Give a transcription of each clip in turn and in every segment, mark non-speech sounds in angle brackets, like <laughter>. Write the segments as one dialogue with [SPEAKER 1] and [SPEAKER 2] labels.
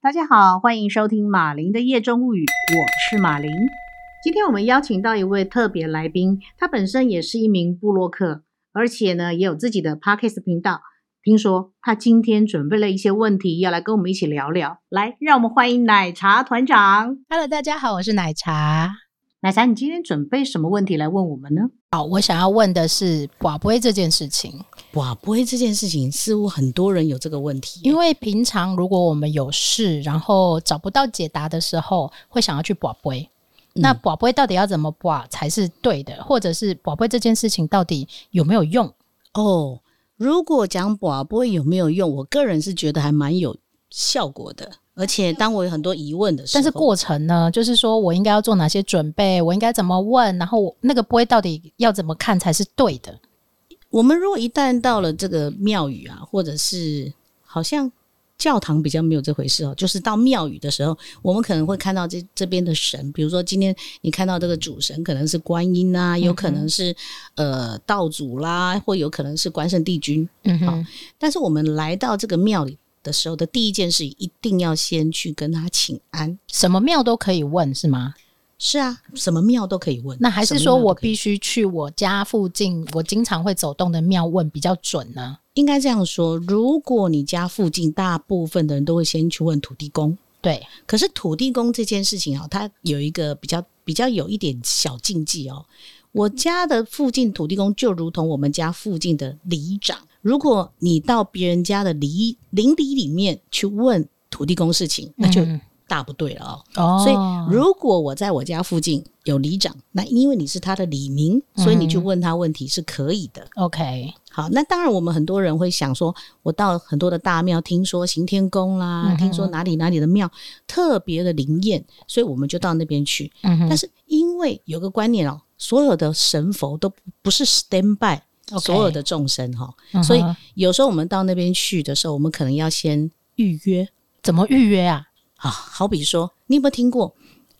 [SPEAKER 1] 大家好，欢迎收听马林的夜中物语，我是马林。今天我们邀请到一位特别来宾，他本身也是一名布洛克，而且呢也有自己的 podcast 频道。听说他今天准备了一些问题要来跟我们一起聊聊，来，让我们欢迎奶茶团长。
[SPEAKER 2] Hello，大家好，我是奶茶。
[SPEAKER 1] 奶茶，你今天准备什么问题来问我们呢？
[SPEAKER 2] 好，我想要问的是寡杯这件事情，
[SPEAKER 3] 哇，不会这件事情似乎很多人有这个问题，
[SPEAKER 2] 因为平常如果我们有事，然后找不到解答的时候，会想要去寡杯。那
[SPEAKER 3] 嗯
[SPEAKER 2] 寡杯到底要怎么寡才是对的，或者是寡杯这件事情到底有没有用？
[SPEAKER 3] 哦，如果讲寡播有没有用，我个人是觉得还蛮有效果的。而且当我有很多疑问的时候，
[SPEAKER 2] 但是哦过程呢，就是说我应该要做哪些准备，我应该怎么问，然后我那个杯到底要怎么看才是对的？
[SPEAKER 3] 我们如果一旦到了这个庙宇啊，或者是好像教堂比较没有这回事哦，就是到庙宇的时候，我们可能会看到这这边的神，比如说今天你看到这个主神可能是观音啊，有可能是、呃道祖啦，或有可能是关圣帝君。
[SPEAKER 2] 嗯
[SPEAKER 3] 好，但是我们来到这个庙里的时候的第一件事，一定要先去跟他请安。
[SPEAKER 2] 什么庙都可以问是吗？
[SPEAKER 3] 是啊，什么庙都可以问。
[SPEAKER 2] 那还是
[SPEAKER 3] 什么
[SPEAKER 2] 说
[SPEAKER 3] 庙
[SPEAKER 2] 我
[SPEAKER 3] 都可以
[SPEAKER 2] 必须去我家附近，我经常会走动的庙问比较准呢？
[SPEAKER 3] 应该这样说：如果你家附近大部分的人都会先去问土地公，
[SPEAKER 2] 对，
[SPEAKER 3] 可是土地公这件事情啊，它有一个比较比较有一点小禁忌哦。我家的附近土地公就如同我们家附近的里长，如果你到别人家的里邻里里面去问土地公事情，那就
[SPEAKER 2] 嗯
[SPEAKER 3] 大不对了哦。
[SPEAKER 2] 哦，
[SPEAKER 3] 所以，如果我在我家附近有里长，那因为你是他的里民，所以你去
[SPEAKER 2] 嗯
[SPEAKER 3] 问他问题是可以的。
[SPEAKER 2] OK，
[SPEAKER 3] 好，那当然，我们很多人会想说，我到很多的大庙，听说行天宫啦，
[SPEAKER 2] 嗯哼
[SPEAKER 3] 听说哪里哪里的庙特别的灵验，所以我们就到那边去。
[SPEAKER 2] 嗯哼，
[SPEAKER 3] 但是因为有个观念哦，所有的神佛都不是 stand by
[SPEAKER 2] OK
[SPEAKER 3] 所有的众生哈、哦，
[SPEAKER 2] 嗯哼
[SPEAKER 3] 所以有时候我们到那边去的时候，我们可能要先预约。
[SPEAKER 2] 怎么预约啊？
[SPEAKER 3] 啊，好比说，你有没有听过？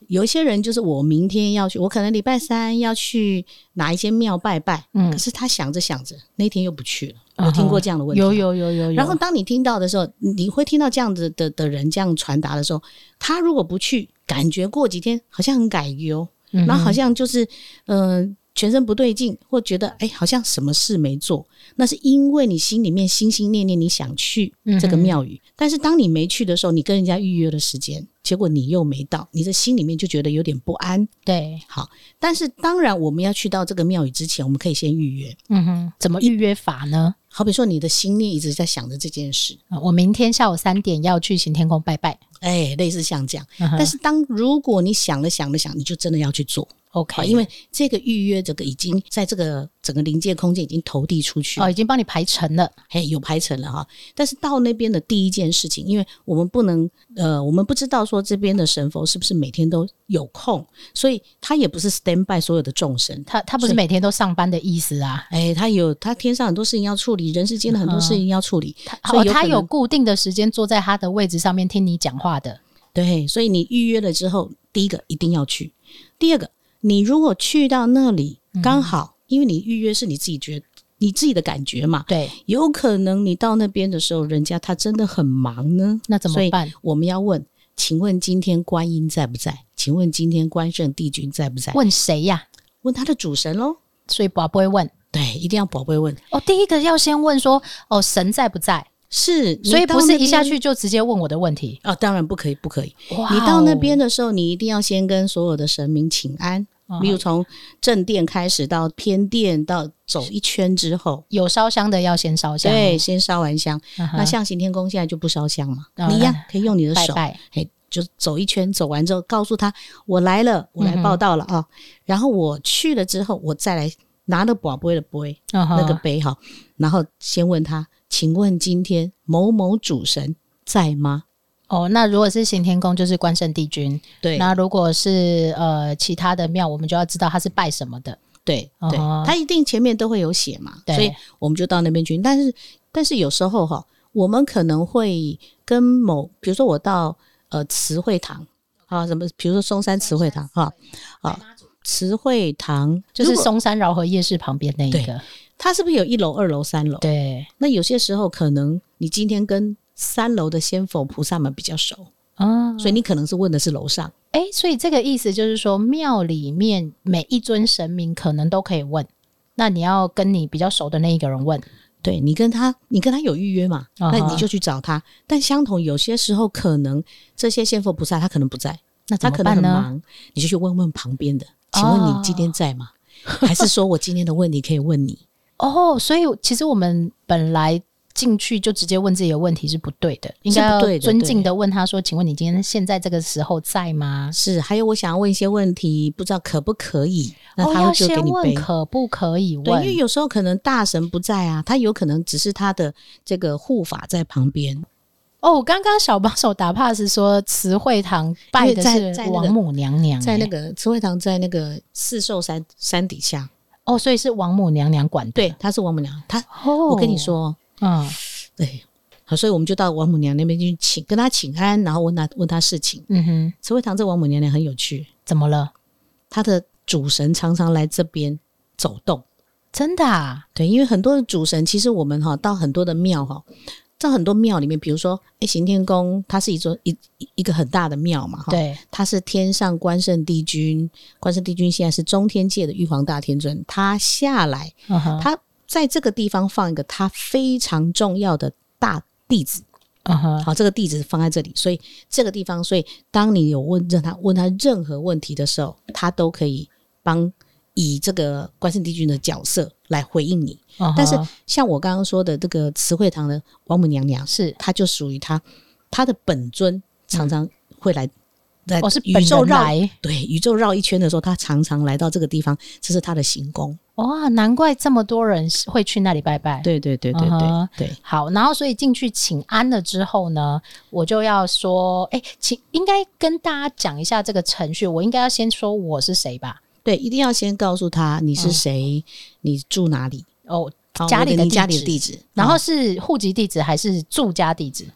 [SPEAKER 3] 有一些人就是我明天要去，我可能礼拜三要去哪一间庙拜拜，
[SPEAKER 2] 嗯
[SPEAKER 3] 可是他想着想着，那天又不去了。有听过这样的问题吗
[SPEAKER 2] 有有有有有。
[SPEAKER 3] 然后当你听到的时候，你会听到这样子的的人这样传达的时候，他如果不去，感觉过几天好像很改忧，
[SPEAKER 2] 嗯哼，
[SPEAKER 3] 然后好像就是嗯、呃全身不对劲，或觉得哎好像什么事没做，那是因为你心里面心心念念你想去
[SPEAKER 2] 嗯
[SPEAKER 3] 这个庙宇，但是当你没去的时候，你跟人家预约了时间，结果你又没到，你的心里面就觉得有点不安。
[SPEAKER 2] 对，
[SPEAKER 3] 好，但是当然我们要去到这个庙宇之前，我们可以先预约。
[SPEAKER 2] 嗯哼，怎么预约法呢？
[SPEAKER 3] 好比说，你的心念一直在想着这件事，
[SPEAKER 2] 啊我明天下午三点要去行天宫拜拜，
[SPEAKER 3] 哎，类似像这样。
[SPEAKER 2] 但
[SPEAKER 3] 但是当如果你想了想了想，你就真的要去做，好，
[SPEAKER 2] OK，
[SPEAKER 3] 因为这个预约这个已经在这个整个临界空间已经投递出去，
[SPEAKER 2] 哦已经帮你排成了，
[SPEAKER 3] 嘿，有排程了哈。但是到那边的第一件事情，因为我们不能呃，我们不知道说这边的神佛是不是每天都有空，所以他也不是 stand by 所有的众神。
[SPEAKER 2] 他他不是
[SPEAKER 3] 所以
[SPEAKER 2] 每天都上班的意思啊，
[SPEAKER 3] 哎，他有他天上很多事情要处理，人世间的很多事情要处理，所以
[SPEAKER 2] 哦
[SPEAKER 3] 有可
[SPEAKER 2] 他有
[SPEAKER 3] 能
[SPEAKER 2] 固定的时间坐在他的位置上面听你讲话的，
[SPEAKER 3] 对，所以你预约了之后，第一个一定要去，第二个，你如果去到那里
[SPEAKER 2] 嗯
[SPEAKER 3] 刚好，因为你预约是你自己觉你自己的感觉嘛，
[SPEAKER 2] 对，
[SPEAKER 3] 有可能你到那边的时候，人家他真的很忙呢，
[SPEAKER 2] 那怎
[SPEAKER 3] 所
[SPEAKER 2] 么
[SPEAKER 3] 以
[SPEAKER 2] 办？
[SPEAKER 3] 我们要问，请问今天观音在不在？请问今天关圣帝君在不在？问
[SPEAKER 2] 问谁呀？
[SPEAKER 3] 问他的主神喽。
[SPEAKER 2] 所以宝不会问
[SPEAKER 3] 对，一定要宝贝问，
[SPEAKER 2] 哦，第一个要先问说哦神在不在，
[SPEAKER 3] 是，
[SPEAKER 2] 所以
[SPEAKER 3] 你到
[SPEAKER 2] 不是
[SPEAKER 3] 那
[SPEAKER 2] 一下
[SPEAKER 3] 边
[SPEAKER 2] 去就直接问我的问题。
[SPEAKER 3] 哦，当然不可以，不可以。
[SPEAKER 2] 哇
[SPEAKER 3] 你到那
[SPEAKER 2] 哦
[SPEAKER 3] 边的时候，你一定要先跟所有的神明请安，
[SPEAKER 2] 哦
[SPEAKER 3] 比如从正殿开始到偏殿，到走一圈之后，
[SPEAKER 2] 有烧香的要先烧香，啊嗯
[SPEAKER 3] 对，，先烧完香。
[SPEAKER 2] 那
[SPEAKER 3] 那像行天宫现在就不烧香嘛，
[SPEAKER 2] 哦
[SPEAKER 3] 你一样可以用你的
[SPEAKER 2] 拜
[SPEAKER 3] 手，
[SPEAKER 2] 拜，
[SPEAKER 3] 嘿，就走一圈，走完之后告诉他我来了，我来报道了啊、然后我去了之后，我再来拿了宝贝的杯
[SPEAKER 2] 那
[SPEAKER 3] 那个杯哈，然后先问他，请问今天某某主神在吗？
[SPEAKER 2] 哦，那如果是行天宫就是关圣帝君，
[SPEAKER 3] 对
[SPEAKER 2] 那如果是呃其他的庙，我们就要知道他是拜什么的。
[SPEAKER 3] 对
[SPEAKER 2] 嗯
[SPEAKER 3] 对
[SPEAKER 2] 哼，
[SPEAKER 3] 他一定前面都会有写嘛，
[SPEAKER 2] 对
[SPEAKER 3] 所以我们就到那边去。但是但是有时候哈，我们可能会跟某，比如说我到呃慈惠堂啊，什么，比如说松山慈惠堂哈，啊，慈惠堂
[SPEAKER 2] 就是
[SPEAKER 3] 如果
[SPEAKER 2] 松山饶河夜市旁边那一个，
[SPEAKER 3] 它是不是有一楼、二楼、三楼？
[SPEAKER 2] 对，
[SPEAKER 3] 那有些时候可能你今天跟三楼的仙佛菩萨们比较熟，
[SPEAKER 2] 啊
[SPEAKER 3] 所以你可能是问的是楼上。
[SPEAKER 2] 哎、所以这个意思就是说，庙里面每一尊神明可能都可以问，那你要跟你比较熟的那一个人问。
[SPEAKER 3] 对你跟他，你跟他有预约嘛？
[SPEAKER 2] 啊
[SPEAKER 3] 那
[SPEAKER 2] 哈
[SPEAKER 3] 你就去找他。但相同，有些时候可能这些仙佛菩萨他可能不在，
[SPEAKER 2] 那怎
[SPEAKER 3] 他
[SPEAKER 2] 么
[SPEAKER 3] 可能
[SPEAKER 2] 办
[SPEAKER 3] 很
[SPEAKER 2] 呢？
[SPEAKER 3] 忙，你就去问问旁边的，请问
[SPEAKER 2] 哦
[SPEAKER 3] 你今天在吗？还是说我今天的问题可以问你？
[SPEAKER 2] 哦，所以其实我们本来进去就直接问自己的问题是不对的，应该
[SPEAKER 3] 是
[SPEAKER 2] 要
[SPEAKER 3] 不对的
[SPEAKER 2] 尊敬
[SPEAKER 3] 对
[SPEAKER 2] 的问他说：“请问你今天现在这个时候在吗
[SPEAKER 3] 是，还有我想要问一些问题，不知道可不可以？”那
[SPEAKER 2] 哦，
[SPEAKER 3] 他
[SPEAKER 2] 要
[SPEAKER 3] 会就给
[SPEAKER 2] 先
[SPEAKER 3] 你
[SPEAKER 2] 问
[SPEAKER 3] 背。
[SPEAKER 2] 可不可以
[SPEAKER 3] 对，因为
[SPEAKER 2] 问？
[SPEAKER 3] 有时候可能大神不在啊，他有可能只是他的这个护法在旁边。
[SPEAKER 2] 哦，刚刚小帮手打 pass 说慈惠堂拜
[SPEAKER 3] 因
[SPEAKER 2] 的
[SPEAKER 3] 为在
[SPEAKER 2] 是
[SPEAKER 3] 在那个
[SPEAKER 2] 王母娘娘、
[SPEAKER 3] 在那
[SPEAKER 2] 哎
[SPEAKER 3] 个慈惠堂，在那个四寿山山底下，
[SPEAKER 2] 哦，所以是王母娘娘管的
[SPEAKER 3] 对，他是王母娘，他、
[SPEAKER 2] 哦，
[SPEAKER 3] 我跟你，说，
[SPEAKER 2] 嗯
[SPEAKER 3] 对，好，所以我们就到王母娘那边去请，跟她请安，然后问她问她事情。
[SPEAKER 2] 嗯哼，
[SPEAKER 3] 慈惠堂这王母娘娘很有趣，
[SPEAKER 2] 怎么了？
[SPEAKER 3] 她的主神常常来这边走动。
[SPEAKER 2] 真的啊？
[SPEAKER 3] 对，因为很多的主神，其实我们哈、到很多的庙哈、到很多庙里面，比如说，哎，行天宫，它是一座一一一个很大的庙嘛，哈，
[SPEAKER 2] 对，
[SPEAKER 3] 他是天上关圣帝君，关圣帝君现在是中天界的玉皇大天尊，他下来，
[SPEAKER 2] 嗯哼，
[SPEAKER 3] 他在这个地方放一个他非常重要的大弟子，
[SPEAKER 2] 嗯哼，
[SPEAKER 3] 好，这个地址放在这里，所以这个地方，所以当你有问任他问他任何问题的时候，他都可以帮以这个关圣帝君的角色来回应你。
[SPEAKER 2] 嗯哼
[SPEAKER 3] 但是像我刚刚说的这个慈惠堂的王母娘娘，
[SPEAKER 2] 是
[SPEAKER 3] 她就属于她，她的本尊常常会来。来
[SPEAKER 2] 哦我是
[SPEAKER 3] 宇
[SPEAKER 2] 本
[SPEAKER 3] 宙
[SPEAKER 2] 呃人
[SPEAKER 3] 绕
[SPEAKER 2] 来
[SPEAKER 3] 对宇宙绕一圈的时候，她常常来到这个地方，这是她的行宫。
[SPEAKER 2] 哇，难怪这么多人会去那里拜拜。
[SPEAKER 3] 对对对
[SPEAKER 2] 嗯哼
[SPEAKER 3] 对，
[SPEAKER 2] 好，然后所以进去请安了之后呢，我就要说，哎、请应该跟大家讲一下这个程序。我应该要先说我是谁吧？
[SPEAKER 3] 对，一定要先告诉她你是
[SPEAKER 2] 嗯
[SPEAKER 3] 谁，你住哪里，
[SPEAKER 2] 哦，
[SPEAKER 3] 哦
[SPEAKER 2] 家
[SPEAKER 3] 我
[SPEAKER 2] 里的
[SPEAKER 3] 你
[SPEAKER 2] 地
[SPEAKER 3] 家里
[SPEAKER 2] 址
[SPEAKER 3] 的地址，
[SPEAKER 2] 然后
[SPEAKER 3] 哦
[SPEAKER 2] 是户籍地址还是住家地址？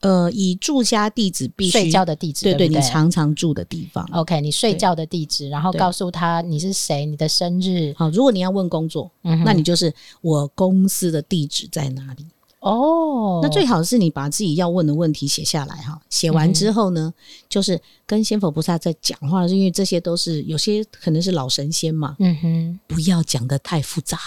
[SPEAKER 3] 呃，以住家地址必
[SPEAKER 2] 嗯
[SPEAKER 3] 须
[SPEAKER 2] 睡觉的地址，
[SPEAKER 3] 对
[SPEAKER 2] 对嗯不
[SPEAKER 3] 你常常住的地方。
[SPEAKER 2] OK，你睡觉的地址，然后
[SPEAKER 3] 对
[SPEAKER 2] 告诉他你是谁，你的生日。
[SPEAKER 3] 好，如果你要问工作，
[SPEAKER 2] 嗯哼
[SPEAKER 3] 那你就是我公司的地址在哪里？
[SPEAKER 2] 哦，
[SPEAKER 3] 那最好是你把自己要问的问题写下来哈，写
[SPEAKER 2] 嗯
[SPEAKER 3] 完之后呢，就是跟仙佛菩萨在讲话的时候，因为这些都是有些可能是老神仙嘛，
[SPEAKER 2] 嗯哼，
[SPEAKER 3] 不要讲的太复杂。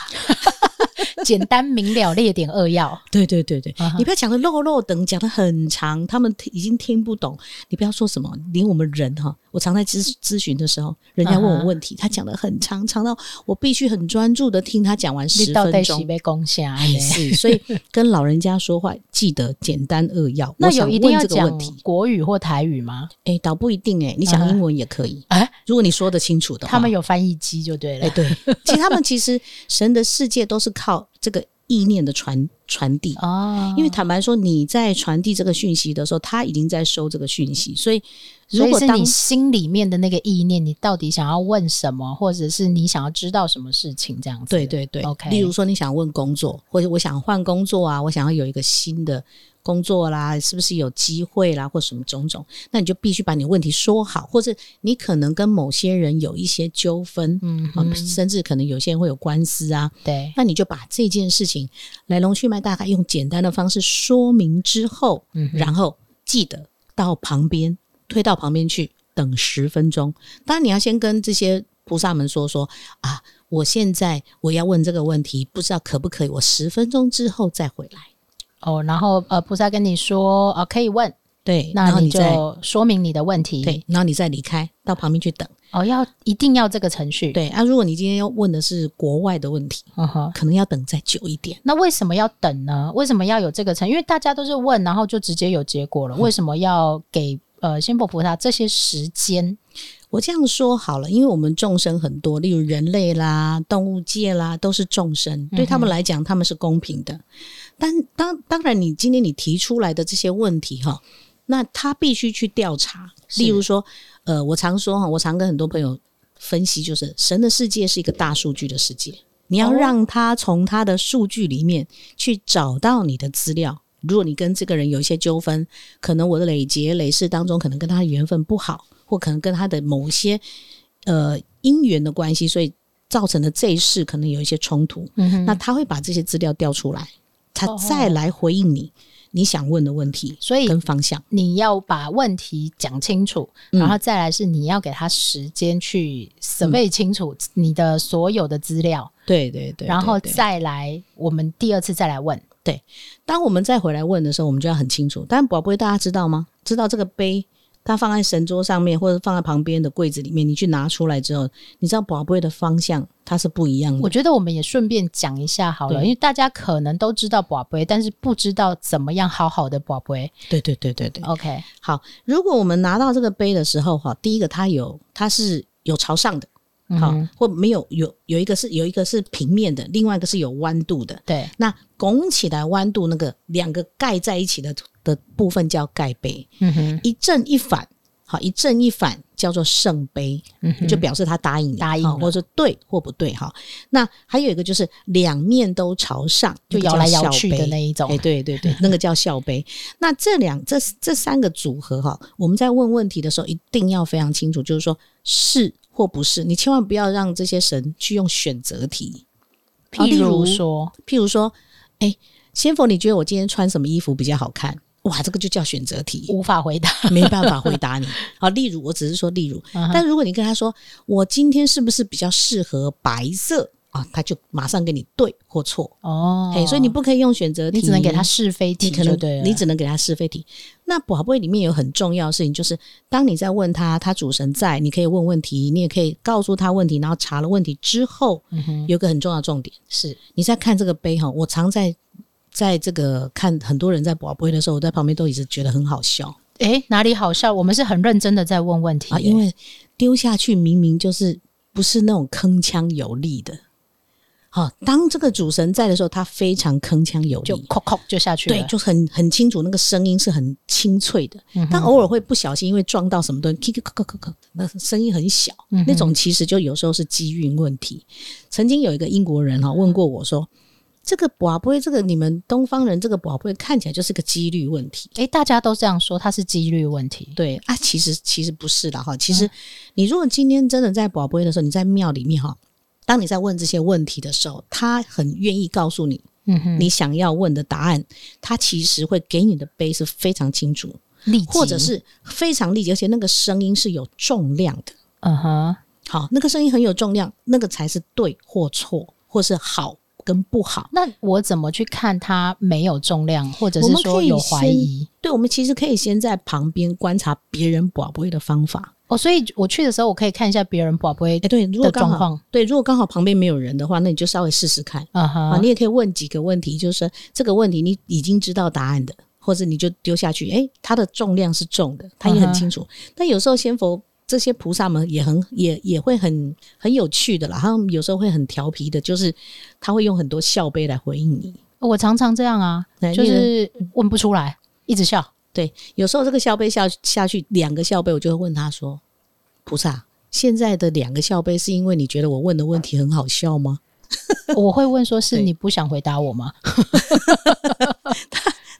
[SPEAKER 2] 简单明了列点扼要。
[SPEAKER 3] 对对对对，
[SPEAKER 2] 啊哈
[SPEAKER 3] 你不要讲的肉肉等，讲的很长，他们听已经听不懂。你不要说什么，连我们人哈，我常在咨咨询的时候，人家问
[SPEAKER 2] 啊
[SPEAKER 3] 我
[SPEAKER 2] 哈
[SPEAKER 3] 问题，他讲的很长，长到我必须很专注的听他讲完
[SPEAKER 2] 你
[SPEAKER 3] 十
[SPEAKER 2] 到底
[SPEAKER 3] 分
[SPEAKER 2] 是
[SPEAKER 3] 钟。
[SPEAKER 2] 被攻下？
[SPEAKER 3] 哎，是，所以跟老人家说话记得简单扼 <laughs> 要。
[SPEAKER 2] 那
[SPEAKER 3] <laughs> 我想
[SPEAKER 2] 有一定要
[SPEAKER 3] 问这个问
[SPEAKER 2] 讲
[SPEAKER 3] 题，
[SPEAKER 2] 国语或台语吗？
[SPEAKER 3] 哎，倒不一定哎，你
[SPEAKER 2] 啊
[SPEAKER 3] 讲
[SPEAKER 2] 哈
[SPEAKER 3] 英文也可以，
[SPEAKER 2] 哎，
[SPEAKER 3] 如果你说得清楚的话。
[SPEAKER 2] 他们有翻译机就对
[SPEAKER 3] 哎，
[SPEAKER 2] 了。
[SPEAKER 3] <laughs> 对，其实他们其实神的世界都是靠这个意念的传传递。
[SPEAKER 2] 哦
[SPEAKER 3] 因为坦白说，你在传递这个讯息的时候，他已经在收这个讯息，所以
[SPEAKER 2] 所
[SPEAKER 3] 如
[SPEAKER 2] 以
[SPEAKER 3] 果
[SPEAKER 2] 是
[SPEAKER 3] 当
[SPEAKER 2] 你心里面的那个意念，你到底想要问什么，或者是你想要知道什么事情这样子。
[SPEAKER 3] 对对对
[SPEAKER 2] OK
[SPEAKER 3] 例如说你想问工作，或者我想换工作啊，我想要有一个新的工作啦，是不是有机会啦，或什么种种，那你就必须把你问题说好，或者你可能跟某些人有一些纠纷，
[SPEAKER 2] 嗯
[SPEAKER 3] 啊
[SPEAKER 2] 哼，
[SPEAKER 3] 甚至可能有些人会有官司啊，
[SPEAKER 2] 对，
[SPEAKER 3] 那你就把这件事情来龙去脉大概用简单的方式说明之后，
[SPEAKER 2] 嗯哼
[SPEAKER 3] 然后记得到旁边推到旁边去等十分钟。当然，你要先跟这些菩萨们说说啊，我现在我要问这个问题，不知道可不可以，我十分钟之后再回来。
[SPEAKER 2] 哦，然后呃，菩萨跟你说呃，可以问，
[SPEAKER 3] 对，然
[SPEAKER 2] 那
[SPEAKER 3] 后
[SPEAKER 2] 你
[SPEAKER 3] 再
[SPEAKER 2] 就说明你的问
[SPEAKER 3] 对
[SPEAKER 2] 题。，
[SPEAKER 3] 然后你再离开到旁边去等。
[SPEAKER 2] 哦，要一定要这个程序。，
[SPEAKER 3] 对啊，如果你今天要问的是国外的问题，
[SPEAKER 2] 嗯哼。
[SPEAKER 3] 可能要等再久一点。
[SPEAKER 2] 那为什么要等呢？为什么要有这个程？因为大家都是问，然后就直接有结果了。
[SPEAKER 3] 嗯
[SPEAKER 2] 为什么要给呃仙佛菩萨这些时间？
[SPEAKER 3] 我这样说好了，因为我们众生很多，例如人类啦、动物界啦，都是众生，对他们来讲，他们是公平的。但当当然，你今天你提出来的这些问题哈，那他必须去调查。
[SPEAKER 2] 是
[SPEAKER 3] 例如说，呃，我常说哈，我常跟很多朋友分析，就是神的世界是一个大数据的世界，你要
[SPEAKER 2] 哦
[SPEAKER 3] 让他从他的数据里面去找到你的资料。如果你跟这个人有一些纠纷，可能我的累劫累世当中，可能跟他的缘分不好，或可能跟他的某些呃姻缘的关系，所以造成的这一世可能有一些冲突。
[SPEAKER 2] 嗯哼
[SPEAKER 3] 那他会把这些资料调出来，他
[SPEAKER 2] 哦
[SPEAKER 3] 再来回应你。你想问的问题
[SPEAKER 2] 所以
[SPEAKER 3] 跟方向。
[SPEAKER 2] 你要把问题讲清楚，
[SPEAKER 3] 嗯
[SPEAKER 2] 然后再来是你要给他时间去 survey 清楚你的所有的资料，
[SPEAKER 3] 对对嗯对，
[SPEAKER 2] 然后
[SPEAKER 3] 对对嗯
[SPEAKER 2] 再来我们第二次再来问。
[SPEAKER 3] 当我们再回来问的时候，我们就要很清楚。但宝贝，大家知道吗？知道这个杯它放在神桌上面，或者放在旁边的柜子里面，你去拿出来之后，你知道宝贝的方向它是不一样
[SPEAKER 2] 我
[SPEAKER 3] 的。
[SPEAKER 2] 觉得我们也顺便讲一下好了，
[SPEAKER 3] 对
[SPEAKER 2] 因为大家可能都知道宝贝，但是不知道怎么样好好的宝贝。
[SPEAKER 3] 对对对对对。
[SPEAKER 2] OK，
[SPEAKER 3] 好，如果我们拿到这个杯的时候，哈，第一个它有它是有朝上的，好、
[SPEAKER 2] 嗯，
[SPEAKER 3] 或没有有有一个是有一个是平面的，另外一个是有弯度的。
[SPEAKER 2] 对，
[SPEAKER 3] 那拱起来弯度那个两个盖在一起的的部分叫盖杯，
[SPEAKER 2] 嗯哼，
[SPEAKER 3] 一正一反，好，一正一反叫做圣杯，
[SPEAKER 2] 嗯哼，
[SPEAKER 3] 就表示他答应你，
[SPEAKER 2] 答应
[SPEAKER 3] 好
[SPEAKER 2] 了
[SPEAKER 3] 或者说对或不对哈。那还有一个就是两面都朝上，
[SPEAKER 2] 就摇来摇去的那
[SPEAKER 3] 一
[SPEAKER 2] 一种
[SPEAKER 3] 哎，。对对对， <laughs> 那个叫笑杯。那这两这这三个组合哈，我们在问问题的时候一定要非常清楚，就是说是或不是，你千万不要让这些神去用选择题。
[SPEAKER 2] 譬
[SPEAKER 3] 好哦例
[SPEAKER 2] 如
[SPEAKER 3] 如
[SPEAKER 2] 说，
[SPEAKER 3] 譬如说，哎，仙佛，你觉得我今天穿什么衣服比较好看？哇，这个就叫选择题。
[SPEAKER 2] 无法回答。 <laughs>
[SPEAKER 3] 没办法回答你。好，例如我只是说例如，
[SPEAKER 2] 嗯哼
[SPEAKER 3] 但如果你跟他说我今天是不是比较适合白色啊，他就马上给你对或错。
[SPEAKER 2] 哦
[SPEAKER 3] 哎、所以你不可以用选择题，
[SPEAKER 2] 你只能给他是非题
[SPEAKER 3] 你可
[SPEAKER 2] 就
[SPEAKER 3] 能
[SPEAKER 2] 对了，
[SPEAKER 3] 你只能给他是非题。那宝贝里面有很重要的事情，就是当你在问他，他主神在，你可以问问题，你也可以告诉他问题，然后查了问题之后，
[SPEAKER 2] 嗯哼
[SPEAKER 3] 有一个很重要的重点是，你在看这个杯哈，我常在在这个看很多人在宝贝的时候，我在旁边都一直觉得很好笑。
[SPEAKER 2] 哎哪里好笑？我们是很认真的在问问题
[SPEAKER 3] 啊，
[SPEAKER 2] 耶，
[SPEAKER 3] 因为丢下去明明就是不是那种铿锵有力的。好、当这个主神在的时候，他非常铿锵有
[SPEAKER 2] 就
[SPEAKER 3] 力，
[SPEAKER 2] 扣扣就下去了。
[SPEAKER 3] 对，就很很清楚，那个声音是很清脆的。
[SPEAKER 2] 嗯哼
[SPEAKER 3] 但偶尔会不小心，因为撞到什么东西，咔咔咔咔咔，那声音很小，
[SPEAKER 2] 嗯哼
[SPEAKER 3] 那种其实就有时候是机运问题。曾经有一个英国人哈、问过我说：“这个宝贝，这个你们东方人这个宝贝看起来就是个几率问题。”
[SPEAKER 2] 哎，大家都这样说，它是几率问题。
[SPEAKER 3] 对啊，其实其实不是的哈。其
[SPEAKER 2] 嗯
[SPEAKER 3] 实你如果今天真的在宝贝的时候，你在庙里面哈，当你在问这些问题的时候，他很愿意告诉你
[SPEAKER 2] 嗯哼，
[SPEAKER 3] 你想要问的答案，他其实会给你的杯是非常清楚，
[SPEAKER 2] 立即
[SPEAKER 3] 或者是非常立即，而且那个声音是有重量的。
[SPEAKER 2] 嗯哼，
[SPEAKER 3] 好，那个声音很有重量，那个才是对或错，或是好跟不好。
[SPEAKER 2] 那我怎么去看它没有重量，或者
[SPEAKER 3] 我
[SPEAKER 2] 是
[SPEAKER 3] 们
[SPEAKER 2] 说
[SPEAKER 3] 可以
[SPEAKER 2] 有怀
[SPEAKER 3] 先
[SPEAKER 2] 疑？
[SPEAKER 3] 对，我们其实可以先在旁边观察别人宝贝的方法。
[SPEAKER 2] 哦，所以我去的时候，我可以看一下别人宝贝
[SPEAKER 3] 哎、，对，如果
[SPEAKER 2] 的
[SPEAKER 3] 刚
[SPEAKER 2] 状
[SPEAKER 3] 好
[SPEAKER 2] 况
[SPEAKER 3] 对，如果刚好旁边没有人的话，那你就稍微试试看
[SPEAKER 2] 嗯
[SPEAKER 3] 啊。
[SPEAKER 2] 哼，
[SPEAKER 3] 你也可以问几个问题，就是说这个问题你已经知道答案的，或者你就丢下去，诶，它的重量是重的，它也
[SPEAKER 2] 嗯哼
[SPEAKER 3] 很清楚。但有时候仙佛这些菩萨们也很也也会很很有趣的啦，他们有时候会很调皮的，就是他会用很多笑杯来回应你。
[SPEAKER 2] 我常常这样啊，
[SPEAKER 3] 来
[SPEAKER 2] 就
[SPEAKER 3] 例如
[SPEAKER 2] 是问不出来，一直
[SPEAKER 3] <laughs>
[SPEAKER 2] 笑。
[SPEAKER 3] 对，有时候这个笑杯下下去两个笑杯，我就会问他说：“菩萨，现在的两个笑杯是因为你觉得我问的问题很好笑吗？”
[SPEAKER 2] 我会问说：“是
[SPEAKER 3] 对
[SPEAKER 2] 你不想回答我吗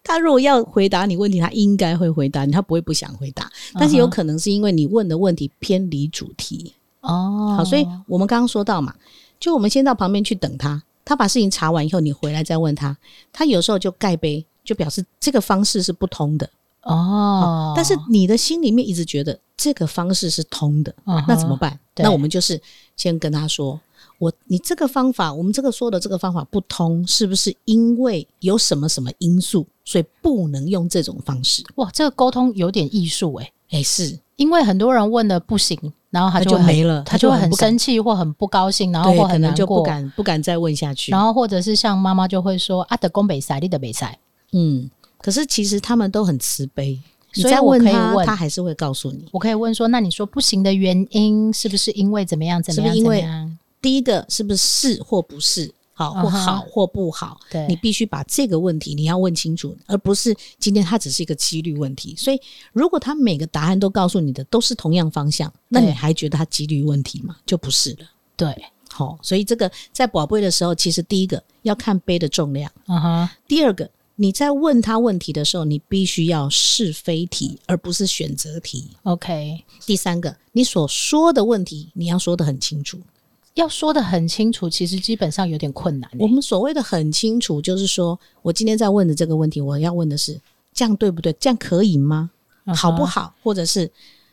[SPEAKER 3] 他如果要回答你问题，他应该会回答你，他不会不想回答。
[SPEAKER 2] 嗯
[SPEAKER 3] 但是有可能是因为你问的问题偏离主题。？”
[SPEAKER 2] 哦，
[SPEAKER 3] 好，所以我们刚刚说到嘛，就我们先到旁边去等他，他把事情查完以后，你回来再问他。他有时候就盖杯，就表示这个方式是不通的。
[SPEAKER 2] 哦，
[SPEAKER 3] 但是你的心里面一直觉得这个方式是通的，
[SPEAKER 2] 嗯哼
[SPEAKER 3] 那怎么办？
[SPEAKER 2] 对
[SPEAKER 3] 那我们就是先跟他说。我你这个方法，我们这个说的这个方法不通，是不是因为有什么什么因素，所以不能用这种方式？
[SPEAKER 2] 哇，这个沟通有点艺术哎，
[SPEAKER 3] 哎、是，
[SPEAKER 2] 因为很多人问的不行，然后他
[SPEAKER 3] 那
[SPEAKER 2] 就
[SPEAKER 3] 就
[SPEAKER 2] 会很
[SPEAKER 3] 没了
[SPEAKER 2] 他
[SPEAKER 3] 他
[SPEAKER 2] 就
[SPEAKER 3] 就
[SPEAKER 2] 会
[SPEAKER 3] 很
[SPEAKER 2] 很
[SPEAKER 3] 不敢
[SPEAKER 2] 生气或很不高兴，然后
[SPEAKER 3] 对，
[SPEAKER 2] 或
[SPEAKER 3] 可
[SPEAKER 2] 很
[SPEAKER 3] 能
[SPEAKER 2] 难
[SPEAKER 3] 就不
[SPEAKER 2] 过，
[SPEAKER 3] 敢不敢再问下去。
[SPEAKER 2] 然
[SPEAKER 3] 后，
[SPEAKER 2] 后或者是像妈妈就会说：“啊，的宫北塞，你的北塞。
[SPEAKER 3] 嗯，可是其实他们都很慈悲，你
[SPEAKER 2] 所以
[SPEAKER 3] 再
[SPEAKER 2] 我
[SPEAKER 3] 问
[SPEAKER 2] 可以
[SPEAKER 3] 他，
[SPEAKER 2] 问
[SPEAKER 3] 他还是会告诉你”。
[SPEAKER 2] 我可以问说：“那你说不行的原因是不是因为怎么样？怎么样？怎
[SPEAKER 3] 是不
[SPEAKER 2] 么
[SPEAKER 3] 是因为
[SPEAKER 2] 样
[SPEAKER 3] 第一个是不是是或不是，好
[SPEAKER 2] 嗯
[SPEAKER 3] 或
[SPEAKER 2] 哼
[SPEAKER 3] 好或不好？”
[SPEAKER 2] 对，
[SPEAKER 3] 你必须把这个问题你要问清楚，而不是今天它只是一个几率问题。所以，如果他每个答案都告诉你的都是同样方向，那
[SPEAKER 2] 对
[SPEAKER 3] 你还觉得它几率问题吗？就不是了。
[SPEAKER 2] 对，
[SPEAKER 3] 好、所以这个在宝贝的时候，其实第一个要看杯的重量。
[SPEAKER 2] 嗯哼，
[SPEAKER 3] 第二个，你在问他问题的时候，你必须要是非题，而不是选择题。
[SPEAKER 2] OK，
[SPEAKER 3] 第三个，你所说的问题，你要说的很清楚。
[SPEAKER 2] 要说的很清楚，其实基本上有点困难、欸。
[SPEAKER 3] 我们所谓的很清楚，就是说我今天在问的这个问题，我要问的是这样对不对？这样可以吗？
[SPEAKER 2] 嗯哼
[SPEAKER 3] 好不好？或者是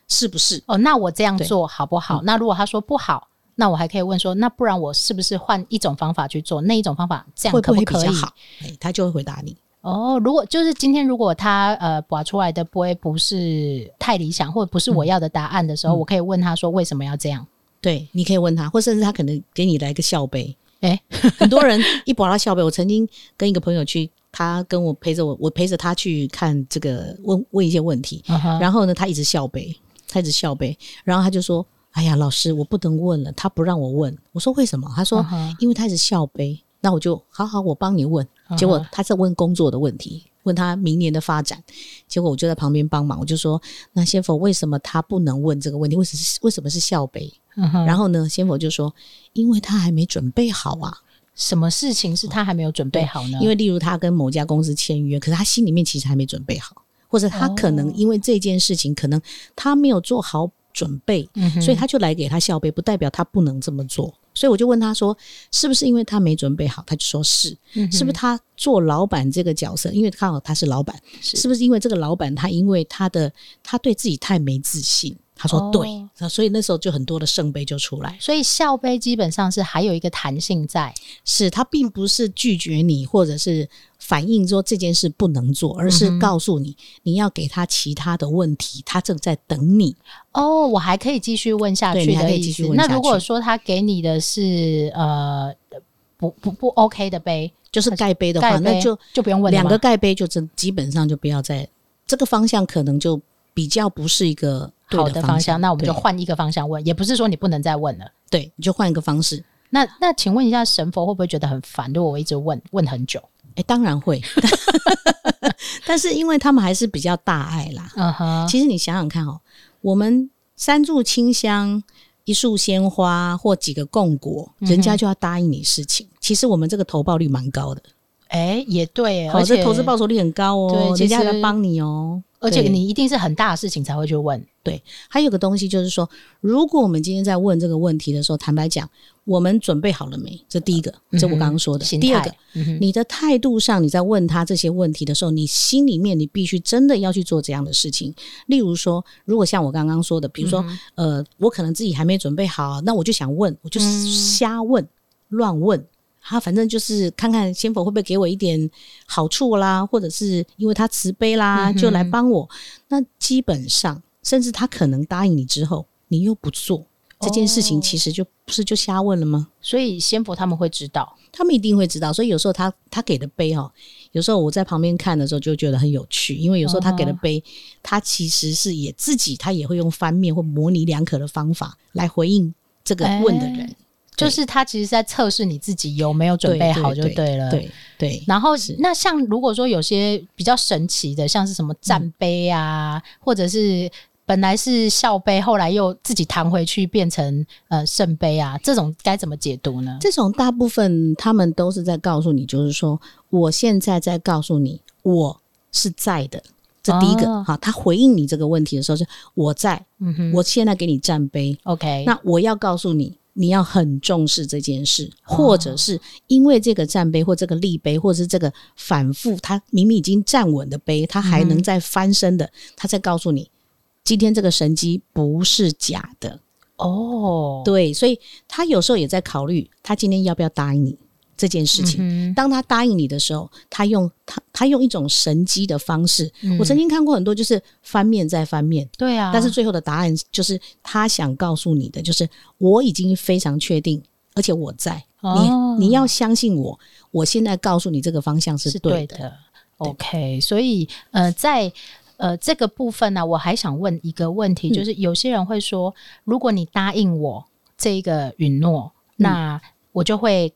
[SPEAKER 3] 是不是？
[SPEAKER 2] 哦，那我这样
[SPEAKER 3] 对嗯
[SPEAKER 2] 做好不好？那如果他说不好，那我还可以问说，那不然我是不是换一种方法去做？那一种方法这样
[SPEAKER 3] 会
[SPEAKER 2] 可
[SPEAKER 3] 不会比
[SPEAKER 2] 可以？
[SPEAKER 3] 较好？哎，他就会回答你。
[SPEAKER 2] 哦，如果就是今天如果他呃拔出来的不会不是太理想，或者不是我要的答案的时候，
[SPEAKER 3] 嗯
[SPEAKER 2] 我可以问他说为什么要这样？
[SPEAKER 3] 对，你可以问他，或甚至他可能给你来个笑杯。
[SPEAKER 2] 哎
[SPEAKER 3] 很多人一bỏ到笑杯，我曾经跟一个朋友去，他跟我陪着我，我陪着他去看这个问问一些问题，
[SPEAKER 2] 嗯哼
[SPEAKER 3] 然后呢，他一直笑杯，他一直笑杯，然后他就说：“哎呀，老师，我不能问了，他不让我问。”我说：“为什么？”他说：“
[SPEAKER 2] 嗯哼
[SPEAKER 3] 因为他一直笑杯。”那我就好好，我帮你问。结
[SPEAKER 2] 嗯
[SPEAKER 3] 果
[SPEAKER 2] 哼
[SPEAKER 3] 他在问工作的问题，问他明年的发展。结果我就在旁边帮忙，我就说：“那先佛为什么他不能问这个问题？为什么是为什么是笑杯？”
[SPEAKER 2] 嗯哼
[SPEAKER 3] 然后呢，仙佛就说，因为他还没准备好啊，
[SPEAKER 2] 什么事情是他还没有准备好呢？
[SPEAKER 3] 因为例如他跟某家公司签约，可是他心里面其实还没准备好，或者他可能
[SPEAKER 2] 哦
[SPEAKER 3] 因为这件事情，可能他没有做好准备，
[SPEAKER 2] 嗯哼
[SPEAKER 3] 所以他就来给他笑背，不代表他不能这么做。所以我就问他说，是不是因为他没准备好？他就说是，
[SPEAKER 2] 嗯哼
[SPEAKER 3] 是不是他做老板这个角色？因为刚好他是老板，
[SPEAKER 2] 是
[SPEAKER 3] 是不是因为这个老板他因为他的他对自己太没自信？他说
[SPEAKER 2] 哦
[SPEAKER 3] 对，那所以那时候就很多的圣杯就出来了。
[SPEAKER 2] 所以校杯基本上是还有一个弹性在，
[SPEAKER 3] 是他并不是拒绝你，或者是反映说这件事不能做，而
[SPEAKER 2] 嗯
[SPEAKER 3] 是告诉你、你要给他其他的问题，他正在等你。
[SPEAKER 2] 哦，我还可以继续问下
[SPEAKER 3] 对
[SPEAKER 2] 去
[SPEAKER 3] 你还
[SPEAKER 2] 的
[SPEAKER 3] 可以
[SPEAKER 2] 意
[SPEAKER 3] 继续
[SPEAKER 2] 思。
[SPEAKER 3] 问
[SPEAKER 2] 那
[SPEAKER 3] 下
[SPEAKER 2] 如果
[SPEAKER 3] 去
[SPEAKER 2] 说他给你的是呃不不不 OK 的杯，
[SPEAKER 3] 就是盖杯的话，
[SPEAKER 2] 盖杯
[SPEAKER 3] 那就
[SPEAKER 2] 就不用问了
[SPEAKER 3] 两
[SPEAKER 2] 吗
[SPEAKER 3] 个盖杯就真基本上就不要再这个方向，可能就比较不是一个对
[SPEAKER 2] 好
[SPEAKER 3] 的
[SPEAKER 2] 的
[SPEAKER 3] 方
[SPEAKER 2] 方向，那我们就
[SPEAKER 3] 对
[SPEAKER 2] 换一个方向问，也不是说你不能再问了。
[SPEAKER 3] 对，你就换一个方式。
[SPEAKER 2] 那那请问一下，神佛会不会觉得很烦？如果我一直问问很久，
[SPEAKER 3] 哎，当然会， <laughs> 但是因为他们还是比较大爱啦，
[SPEAKER 2] 嗯哼，
[SPEAKER 3] 其实你想想看哦，我们三炷清香、一束鲜花或几个供果，
[SPEAKER 2] 嗯哼
[SPEAKER 3] 人家就要答应你事情。其实我们这个投报率蛮高的，
[SPEAKER 2] 哎、也对，
[SPEAKER 3] 好，
[SPEAKER 2] 而且
[SPEAKER 3] 这投资报酬率很高哦，
[SPEAKER 2] 对
[SPEAKER 3] 人家
[SPEAKER 2] 其实
[SPEAKER 3] 来帮你哦。
[SPEAKER 2] 而且
[SPEAKER 3] 对
[SPEAKER 2] 你一定是很大的事情才会去问，
[SPEAKER 3] 还有个东西就是说，如果我们今天在问这个问题的时候，坦白讲，我们准备好了没？这第一个，
[SPEAKER 2] 嗯哼
[SPEAKER 3] 这我刚刚说的。
[SPEAKER 2] 心态
[SPEAKER 3] 第二个，，
[SPEAKER 2] 嗯哼
[SPEAKER 3] 你的态度上，你在问他这些问题的时候，你心里面你必须真的要去做这样的事情。例如说，如果像我刚刚说的，比如说、
[SPEAKER 2] 嗯
[SPEAKER 3] 呃，我可能自己还没准备好，那我就想问，我就
[SPEAKER 2] 嗯
[SPEAKER 3] 瞎问、乱问。他反正就是看看仙佛会不会给我一点好处啦，或者是因为他慈悲啦，
[SPEAKER 2] 嗯哼
[SPEAKER 3] 就来帮我。那基本上，甚至他可能答应你之后，你又不做这件事情，
[SPEAKER 2] 哦
[SPEAKER 3] 其实就不是就瞎问了吗？
[SPEAKER 2] 所以仙佛他们会知道，
[SPEAKER 3] 他们一定会知道。所以有时候他他给的杯哦，有时候我在旁边看的时候就觉得很有趣，因为有时候他
[SPEAKER 2] 哦
[SPEAKER 3] 给的杯，他其实是也自己他也会用翻面或模棱两可的方法来回应这个问的人。对
[SPEAKER 2] 就是他其实在测试你自己有没有准备好就
[SPEAKER 3] 对对
[SPEAKER 2] 了。
[SPEAKER 3] 对对，
[SPEAKER 2] 然后，那像如果说有些比较神奇的，像是什么战杯啊，或者是本来是校杯，后来又自己弹回去变成呃圣杯啊，这种该怎么解读呢？
[SPEAKER 3] 这种大部分他们都是在告诉你，就是说我现在在告诉你我是在的。这第一个
[SPEAKER 2] 哦
[SPEAKER 3] 好，他回应你这个问题的时候是我在，
[SPEAKER 2] 嗯哼
[SPEAKER 3] 我现在给你站杯，
[SPEAKER 2] ，OK，
[SPEAKER 3] 那我要告诉你，你要很重视这件事，或
[SPEAKER 2] 哦
[SPEAKER 3] 者是因为这个站杯或这个立杯，或者是这个反复，他明明已经站稳的杯，他还
[SPEAKER 2] 嗯
[SPEAKER 3] 能再翻身的，他再告诉你，今天这个神机不是假的。
[SPEAKER 2] 哦，
[SPEAKER 3] 对，所以他有时候也在考虑，他今天要不要答应你这件事情。
[SPEAKER 2] 嗯
[SPEAKER 3] 当他答应你的时候，他用他他用一种神机的方式。
[SPEAKER 2] 哼
[SPEAKER 3] 我曾
[SPEAKER 2] 嗯
[SPEAKER 3] 经看过很多，就是翻面再翻面，
[SPEAKER 2] 对啊，
[SPEAKER 3] 但是最后的答案就是他想告诉你的，就是我已经非常确定，而且我在，
[SPEAKER 2] 哦
[SPEAKER 3] 你你要相信我，我现在告诉你这个方向
[SPEAKER 2] 是
[SPEAKER 3] 是
[SPEAKER 2] 对
[SPEAKER 3] 对的。
[SPEAKER 2] 的。OK，所以呃，在呃这个部分呢、我还想问一个问题，
[SPEAKER 3] 嗯
[SPEAKER 2] 就是有些人会说，如果你答应我这一个允诺，
[SPEAKER 3] 嗯
[SPEAKER 2] 那我就会。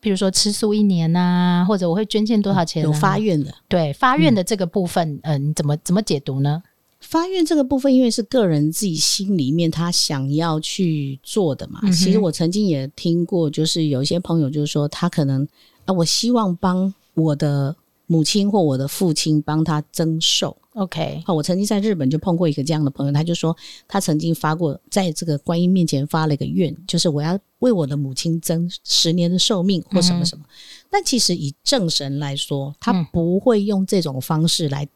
[SPEAKER 2] 比如说吃素一年呐、或者我会捐献多少钱、啊？
[SPEAKER 3] 有发愿的，
[SPEAKER 2] 对发愿的这个部分，嗯、你怎么怎么解读呢？
[SPEAKER 3] 发愿这个部分，因为是个人自己心里面他想要去做的嘛。
[SPEAKER 2] 嗯哼
[SPEAKER 3] 其实我曾经也听过，就是有一些朋友就是说，他可能啊、我希望帮我的母亲或我的父亲帮他增寿。
[SPEAKER 2] OK，
[SPEAKER 3] 好，我曾经在日本就碰过一个这样的朋友，他就说他曾经发过在这个观音面前发了一个愿，就是我要为我的母亲增十年的寿命或什么什么。但其实以正神来说，他
[SPEAKER 2] 嗯
[SPEAKER 3] 不会用这种方式来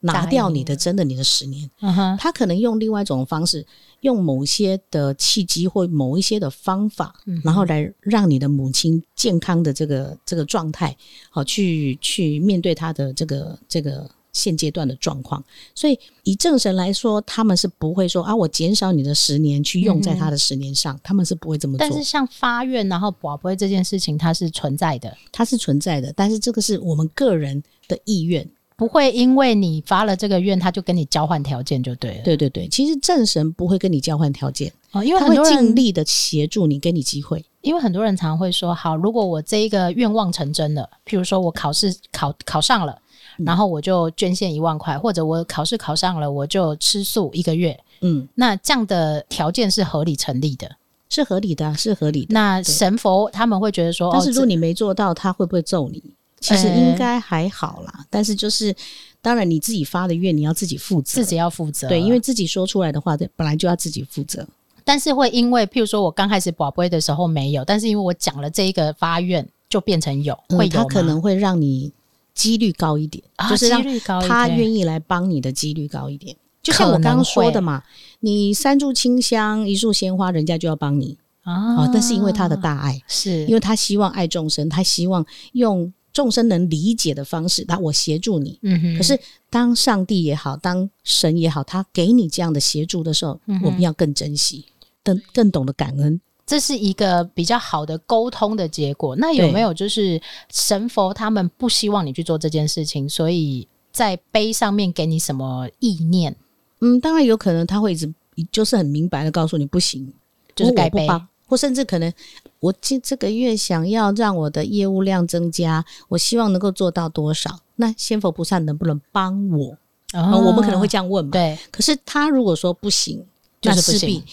[SPEAKER 3] 拿
[SPEAKER 2] 答
[SPEAKER 3] 掉
[SPEAKER 2] 应
[SPEAKER 3] 你的真的你的十年，
[SPEAKER 2] 嗯哼，
[SPEAKER 3] 他可能用另外一种方式，用某些的契机或某一些的方法，
[SPEAKER 2] 嗯
[SPEAKER 3] 然后来让你的母亲健康的这个这个状态，好去去面对她的这个这个现阶段的状况。所以以正神来说，他们是不会说啊，我减少你的十年去用在他的十年上，他们是不会这么
[SPEAKER 2] 嗯但
[SPEAKER 3] 做
[SPEAKER 2] 是。像发愿然后保不会这件事情，它是存在的，
[SPEAKER 3] 它是存在的，但是这个是我们个人的意愿。
[SPEAKER 2] 不会因为你发了这个愿，他就跟你交换条件就对了。
[SPEAKER 3] 对对对，其实正神不会跟你交换条件，
[SPEAKER 2] 哦，因为
[SPEAKER 3] 他
[SPEAKER 2] 很
[SPEAKER 3] 会
[SPEAKER 2] 多
[SPEAKER 3] 尽
[SPEAKER 2] 人，
[SPEAKER 3] 力的协助你，给你机会。
[SPEAKER 2] 因为很多人常会说，好，如果我这一个愿望成真了，譬如说我考试考考上了。
[SPEAKER 3] 嗯
[SPEAKER 2] 然后我就捐献一万块，或者我考试考上了，我就吃素一个月。
[SPEAKER 3] 嗯，
[SPEAKER 2] 那这样的条件是合理成立的。
[SPEAKER 3] 是合理的啊、是合理的。
[SPEAKER 2] 那
[SPEAKER 3] 对
[SPEAKER 2] 神佛他们会觉得说，
[SPEAKER 3] 但是
[SPEAKER 2] 哦
[SPEAKER 3] 如果
[SPEAKER 2] 这
[SPEAKER 3] 你没做到，他会不会揍你？其实
[SPEAKER 2] 呃
[SPEAKER 3] 应该还好啦，但是就是，当然你自己发的愿，你要自己负责，
[SPEAKER 2] 自己要负责，啊
[SPEAKER 3] 对，因为自己说出来的话，对，本来就要自己负责。
[SPEAKER 2] 但是会因为，譬如说我刚开始保杯的时候没有，但是因为我讲了这一个发愿，就变成有，会
[SPEAKER 3] 嗯，
[SPEAKER 2] 有吗、
[SPEAKER 3] 他可能会让你几率高一点，
[SPEAKER 2] 啊
[SPEAKER 3] 就是让
[SPEAKER 2] 几率高一点
[SPEAKER 3] 他愿意来帮你的几率高一点。就像我
[SPEAKER 2] 可能
[SPEAKER 3] 刚刚说
[SPEAKER 2] 会
[SPEAKER 3] 的嘛，你三炷清香，一束鲜花，人家就要帮你
[SPEAKER 2] 啊
[SPEAKER 3] 啊、但是因为他的大爱，
[SPEAKER 2] 是
[SPEAKER 3] 因为他希望爱众生，他希望用众生能理解的方式，那我协助你，
[SPEAKER 2] 嗯哼，
[SPEAKER 3] 可是当上帝也好，当神也好，他给你这样的协助的时候，
[SPEAKER 2] 嗯哼
[SPEAKER 3] 我们要更珍惜，更更懂得感恩。
[SPEAKER 2] 这是一个比较好的沟通的结果。那有
[SPEAKER 3] 对
[SPEAKER 2] 没有就是神佛他们不希望你去做这件事情，所以在杯上面给你什么意念？
[SPEAKER 3] 嗯，当然有可能他会一直就是很明白的告诉你不行，
[SPEAKER 2] 就是
[SPEAKER 3] 我
[SPEAKER 2] 盖
[SPEAKER 3] 我不
[SPEAKER 2] 杯
[SPEAKER 3] 帮，或甚至可能我这这个月想要让我的业务量增加，我希望能够做到多少？那仙佛菩萨能不能帮我？
[SPEAKER 2] 啊
[SPEAKER 3] 啊，我们可能会这样问嘛。
[SPEAKER 2] 对，
[SPEAKER 3] 可是他如果说不行，就
[SPEAKER 2] 那
[SPEAKER 3] 是
[SPEAKER 2] 势
[SPEAKER 3] 势必
[SPEAKER 2] 必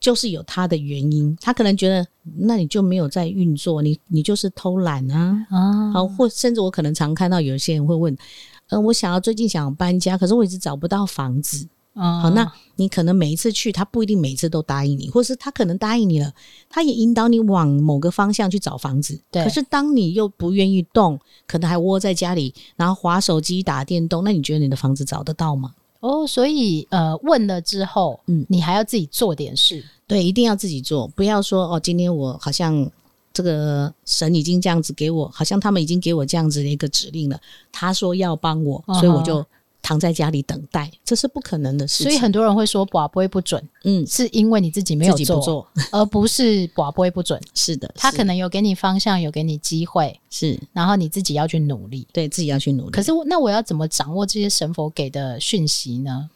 [SPEAKER 3] 就是有他的原因，他可能觉得那你就没有在运作，你你就是偷懒啊，
[SPEAKER 2] 啊
[SPEAKER 3] 好，或甚至我可能常看到有一些人会问，嗯、我想要最近想搬家，可是我一直找不到房子。好，
[SPEAKER 2] 好
[SPEAKER 3] 那你可能每一次去，他不一定每一次都答应你，或是他可能答应你了，他也引导你往某个方向去找房子。
[SPEAKER 2] 对
[SPEAKER 3] 可是当你又不愿意动，可能还窝在家里，然后划手机、打电动，那你觉得你的房子找得到吗？
[SPEAKER 2] 哦，所以呃问了之后，
[SPEAKER 3] 嗯
[SPEAKER 2] 你还要自己做点事，
[SPEAKER 3] 对，一定要自己做，不要说哦，今天我好像这个神已经这样子给我，好像他们已经给我这样子的一个指令了，他说要帮我，
[SPEAKER 2] 嗯哼
[SPEAKER 3] 所以我就躺在家里等待，这是不可能的事情。
[SPEAKER 2] 所以很多人会说“寡不会不准”，
[SPEAKER 3] 嗯，
[SPEAKER 2] 是因为你自己没有
[SPEAKER 3] 自己不做，
[SPEAKER 2] 而不是“寡不会不准
[SPEAKER 3] 是的”。，
[SPEAKER 2] 他
[SPEAKER 3] 是
[SPEAKER 2] 可能有给你方向，有给你机会，
[SPEAKER 3] 是
[SPEAKER 2] 然后你自己要去努力。
[SPEAKER 3] 对自己要去努力。
[SPEAKER 2] 可是我那我要怎么掌握这些神佛给的讯息呢？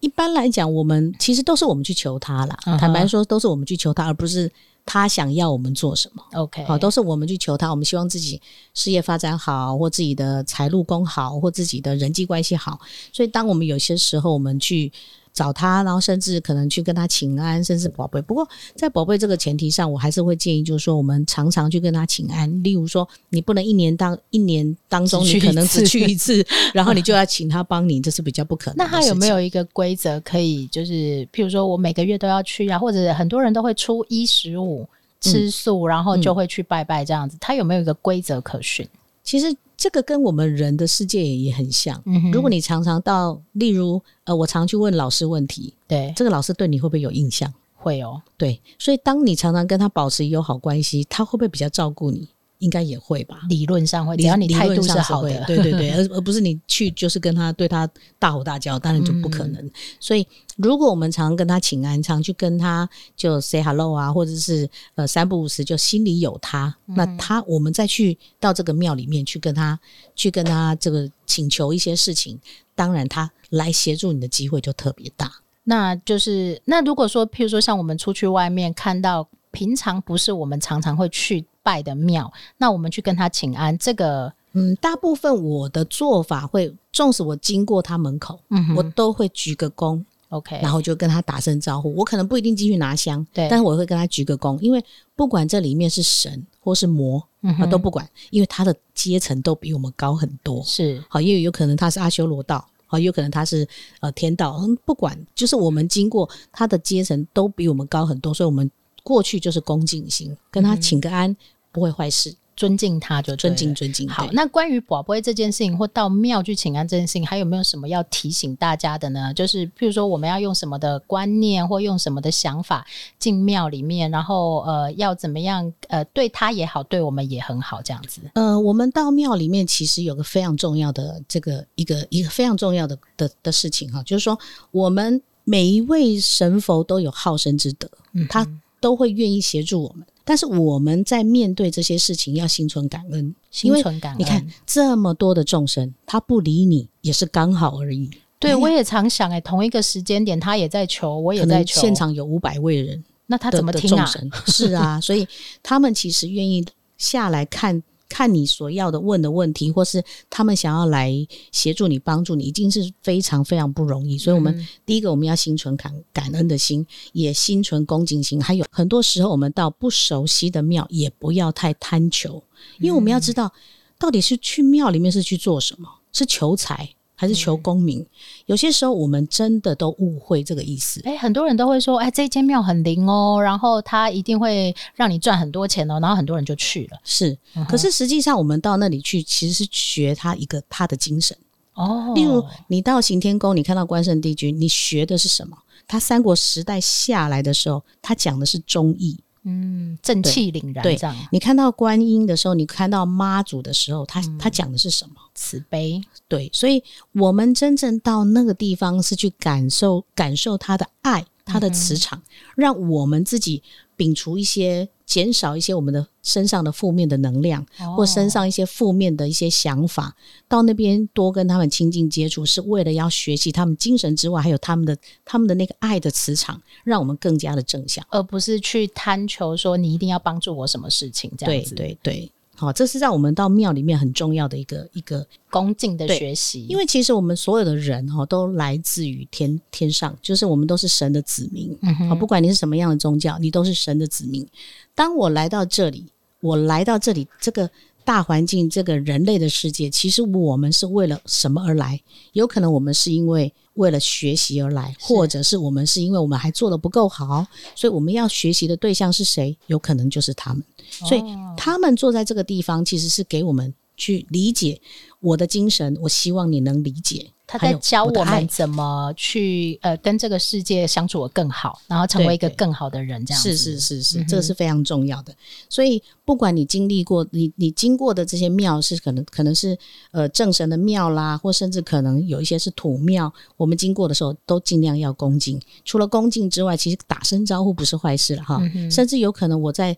[SPEAKER 3] 一般来讲，我们其实都是我们去求他啦。
[SPEAKER 2] 嗯哼
[SPEAKER 3] 坦白说，都是我们去求他，而不是他想要我们做什么。
[SPEAKER 2] ？OK，
[SPEAKER 3] 好，都是我们去求他，我们希望自己事业发展好，或自己的财路工好，或自己的人际关系好。所以，当我们有些时候，我们去找他，然后甚至可能去跟他请安，甚至宝贝。不过，在宝贝这个前提上，我还是会建议，就是说，我们常常去跟他请安。例如说，你不能一年当一年当中，
[SPEAKER 2] 只去
[SPEAKER 3] 你可能
[SPEAKER 2] 一次
[SPEAKER 3] 只去
[SPEAKER 2] <laughs>
[SPEAKER 3] 一次，然后你就要请他帮你，这是比较不可能的
[SPEAKER 2] 那
[SPEAKER 3] 事情。
[SPEAKER 2] 他有没有一个规则可以，就是譬如说我每个月都要去啊，或者很多人都会初一十五吃素，然后就会去拜拜这样子。他有没有一个规则可循？
[SPEAKER 3] 其实这个跟我们人的世界也很像。
[SPEAKER 2] 嗯哼
[SPEAKER 3] 如果你常常到，例如，呃，我常去问老师问题，
[SPEAKER 2] 对
[SPEAKER 3] 这个老师对你会不会有印象？
[SPEAKER 2] 会哦，
[SPEAKER 3] 对，所以当你常常跟他保持友好关系，他会不会比较照顾你？应该也会吧。
[SPEAKER 2] 理论上会，
[SPEAKER 3] 理
[SPEAKER 2] 只要你
[SPEAKER 3] 理
[SPEAKER 2] 态
[SPEAKER 3] 论
[SPEAKER 2] 度
[SPEAKER 3] 上
[SPEAKER 2] 是好
[SPEAKER 3] 会
[SPEAKER 2] 的，
[SPEAKER 3] 对对对，
[SPEAKER 2] <laughs>
[SPEAKER 3] 而而不是你去就是跟他对他大吼大叫，当然就不可能。
[SPEAKER 2] 嗯
[SPEAKER 3] 所以，如果我们常跟他请安，常去跟他就 say hello 啊，或者是呃三不五时就心里有他，
[SPEAKER 2] 嗯
[SPEAKER 3] 那他我们再去到这个庙里面去跟他去跟他这个请求一些事情，当然他来协助你的机会就特别大。
[SPEAKER 2] 那就是那如果说，譬如说像我们出去外面看到平常不是我们常常会去拜的庙，那我们去跟他请安，这个
[SPEAKER 3] 嗯，大部分我的做法会，纵使我经过他门口，
[SPEAKER 2] 嗯哼
[SPEAKER 3] 我都会鞠个躬，
[SPEAKER 2] OK，
[SPEAKER 3] 然后就跟他打声招呼。我可能不一定进去拿香，
[SPEAKER 2] 对
[SPEAKER 3] 但是我会跟他鞠个躬，因为不管这里面是神或是魔
[SPEAKER 2] 嗯
[SPEAKER 3] 啊
[SPEAKER 2] 哼
[SPEAKER 3] 都不管，因为他的阶层都比我们高很多。
[SPEAKER 2] 是
[SPEAKER 3] 好，也有可能他是阿修罗道，好，也有可能他是呃天道，嗯不管，就是我们经过他的阶层都比我们高很多，所以我们过去就是恭敬心，跟他请个安不会坏事，
[SPEAKER 2] 尊敬他就嗯对
[SPEAKER 3] 尊
[SPEAKER 2] 了
[SPEAKER 3] 敬尊敬。
[SPEAKER 2] 好，
[SPEAKER 3] 对
[SPEAKER 2] 那关于宝贝这件事情，或到庙去请安这件事情，还有没有什么要提醒大家的呢？就是譬如说，我们要用什么的观念，或用什么的想法进庙里面，然后呃，要怎么样呃，对他也好，对我们也很好，这样子。
[SPEAKER 3] 呃，我们到庙里面其实有个非常重要的这个一个一个非常重要的的的事情哈，就是说我们每一位神佛都有好生之德，
[SPEAKER 2] 嗯
[SPEAKER 3] 他都会愿意协助我们，但是我们在面对这些事情要心存感恩，因
[SPEAKER 2] 心
[SPEAKER 3] 为
[SPEAKER 2] 存感恩。
[SPEAKER 3] 你看，这么多的众生，他不理你也是刚好而已。
[SPEAKER 2] 对我也常想、哎，同一个时间点，他也在求，我也
[SPEAKER 3] 可
[SPEAKER 2] 在
[SPEAKER 3] 能
[SPEAKER 2] 求，
[SPEAKER 3] 现场有五百位人
[SPEAKER 2] 那他
[SPEAKER 3] 的
[SPEAKER 2] 怎么
[SPEAKER 3] 的
[SPEAKER 2] 听
[SPEAKER 3] 众
[SPEAKER 2] 啊？ <laughs>
[SPEAKER 3] 生，是啊，所以他们其实愿意下来看看你所要的问的问题，或是他们想要来协助你、帮助你，已经是非常非常不容易。所以，我们、
[SPEAKER 2] 嗯
[SPEAKER 3] 第一个我们要心存感感恩的心，也心存恭敬心。还有很多时候，我们到不熟悉的庙，也不要太贪求，因为我们要
[SPEAKER 2] 嗯
[SPEAKER 3] 知道到底是去庙里面是去做什么，是求财。还是
[SPEAKER 2] 嗯
[SPEAKER 3] 求功名，有些时候我们真的都误会这个意思。
[SPEAKER 2] 哎，很多人都会说，哎，这间庙很灵哦，然后他一定会让你赚很多钱哦，然后很多人就去了。
[SPEAKER 3] 是，
[SPEAKER 2] 嗯哼
[SPEAKER 3] 可是实际上我们到那里去，其实是学他一个他的精神。
[SPEAKER 2] 哦，
[SPEAKER 3] 例如，你到行天宫，你看到关圣帝君，你学的是什么？他三国时代下来的时候，他讲的是忠义；
[SPEAKER 2] 嗯，正
[SPEAKER 3] 对
[SPEAKER 2] 气凛然，
[SPEAKER 3] 对
[SPEAKER 2] 这样
[SPEAKER 3] 你看到观音的时候，你看到妈祖的时候，他他讲的是什么？
[SPEAKER 2] 慈悲，
[SPEAKER 3] 对，所以我们真正到那个地方是去感受感受他的爱，他的磁场，让我们自己摒除一些、减少一些我们的身上的负面的能量。或身上一些负面的一些想法，到那边多跟他们亲近接触，是为了要学习他们精神之外，还有他们的他们的那个爱的磁场，让我们更加的正向。
[SPEAKER 2] 而不是去贪求说你一定要帮助我什么事情这
[SPEAKER 3] 对
[SPEAKER 2] 样子。，
[SPEAKER 3] 对对，嗯好，这是在我们到庙里面很重要的一个一个，
[SPEAKER 2] 恭敬的
[SPEAKER 3] 对
[SPEAKER 2] 学习，
[SPEAKER 3] 因为其实我们所有的人哈、都来自于天天上，就是我们都是神的子 <laughs> 民。
[SPEAKER 2] 嗯
[SPEAKER 3] 好，
[SPEAKER 2] 哼，
[SPEAKER 3] 啊不管你是什么样的宗教，你都是神的子民。当我来到这里，我来到这里这个大环境，这个人类的世界，其实我们是为了什么而来？有可能我们是因为为了学习而来，
[SPEAKER 2] 是
[SPEAKER 3] 或者是我们是因为我们还做的不够好，所以我们要学习的对象是谁？有可能就是他们。所以
[SPEAKER 2] 哦
[SPEAKER 3] 他们坐在这个地方，其实是给我们去理解我的精神。我希望你能理解。
[SPEAKER 2] 他
[SPEAKER 3] 还
[SPEAKER 2] 在
[SPEAKER 3] 有
[SPEAKER 2] 教
[SPEAKER 3] 的
[SPEAKER 2] 我
[SPEAKER 3] 爱
[SPEAKER 2] 们怎么去呃跟这个世界相处的更好，然后成
[SPEAKER 3] 对
[SPEAKER 2] 为一个
[SPEAKER 3] 对
[SPEAKER 2] 更好的人，这样子
[SPEAKER 3] 是是是
[SPEAKER 2] 嗯
[SPEAKER 3] 是，
[SPEAKER 2] 哼
[SPEAKER 3] 这个是非常重要的。所以不管你经历过，你你经过的这些庙是可能可能是呃正神的庙啦，或甚至可能有一些是土庙，我们经过的时候都尽量要恭敬。除了恭敬之外，其实打声招呼不是坏事了哈。
[SPEAKER 2] 嗯哼
[SPEAKER 3] 甚至有可能我在。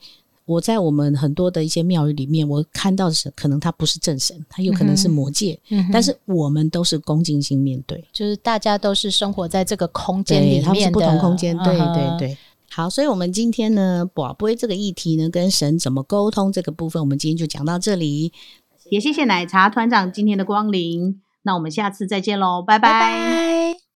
[SPEAKER 3] 我在我们很多的一些庙宇里面，我看到的是可能他不是正神，他有可能
[SPEAKER 2] 嗯
[SPEAKER 3] 是
[SPEAKER 2] 哼
[SPEAKER 3] 魔界，
[SPEAKER 2] 嗯哼
[SPEAKER 3] 但是我们都是恭敬心面对。
[SPEAKER 2] 就是大家都是生活在这个空间里
[SPEAKER 3] 对，
[SPEAKER 2] 面
[SPEAKER 3] 它们是不同
[SPEAKER 2] 的
[SPEAKER 3] 空间，
[SPEAKER 2] 嗯
[SPEAKER 3] 对
[SPEAKER 2] 哼
[SPEAKER 3] 对对。好，所以我们今天呢，宝贝这个议题呢，跟神怎么沟通这个部分，我们今天就讲到这里。
[SPEAKER 1] 也谢谢奶茶团长今天的光临，那我们下次再见喽，拜
[SPEAKER 2] 拜
[SPEAKER 1] 拜
[SPEAKER 2] 拜。